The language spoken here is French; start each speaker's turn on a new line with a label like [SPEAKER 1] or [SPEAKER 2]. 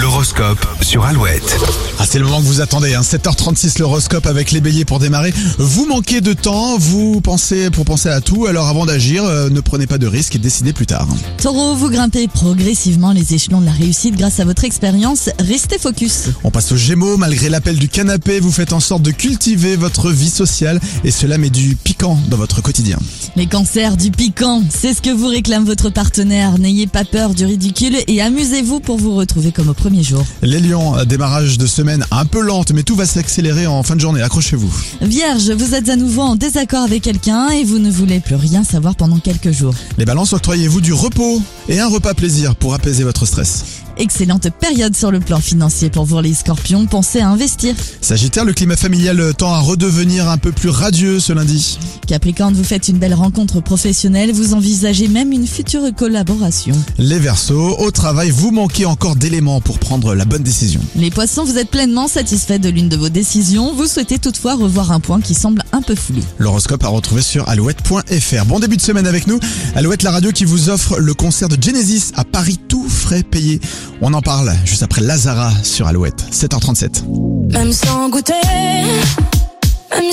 [SPEAKER 1] L'horoscope sur Alouette.
[SPEAKER 2] Ah, c'est le moment que vous attendez, hein. 7h36 l'horoscope avec les béliers pour démarrer. Vous manquez de temps, vous pensez pour penser à tout, alors avant d'agir, euh, ne prenez pas de risques et décidez plus tard.
[SPEAKER 3] Taureau, vous grimpez progressivement les échelons de la réussite grâce à votre expérience. Restez focus.
[SPEAKER 2] On passe aux gémeaux, malgré l'appel du canapé, vous faites en sorte de cultiver votre vie sociale et cela met du piquant dans votre quotidien.
[SPEAKER 3] Les cancers du piquant, c'est ce que vous réclame votre partenaire. N'ayez pas peur du ridicule et amusez-vous pour vous retrouver comme au premier jour.
[SPEAKER 2] Les lions, euh, démarrage de semaine un peu lente, mais tout va s'accélérer en fin de journée, accrochez-vous.
[SPEAKER 3] Vierge, vous êtes à nouveau en désaccord avec quelqu'un et vous ne voulez plus rien savoir pendant quelques jours.
[SPEAKER 2] Les balances, octroyez-vous du repos et un repas plaisir pour apaiser votre stress.
[SPEAKER 3] Excellente période sur le plan financier pour vous les scorpions. Pensez à investir.
[SPEAKER 2] Sagittaire, le climat familial tend à redevenir un peu plus radieux ce lundi.
[SPEAKER 3] Capricorne, vous faites une belle rencontre professionnelle. Vous envisagez même une future collaboration.
[SPEAKER 2] Les Verseaux, au travail, vous manquez encore d'éléments pour prendre la bonne décision.
[SPEAKER 3] Les poissons, vous êtes pleinement satisfait de l'une de vos décisions. Vous souhaitez toutefois revoir un point qui semble un peu flou.
[SPEAKER 2] L'horoscope à retrouver sur alouette.fr. Bon début de semaine avec nous. Alouette, la radio qui vous offre le concert de Genesis à Paris tout frais payé. On en parle juste après Lazara sur Alouette, 7h37.
[SPEAKER 4] Même sans goûter, même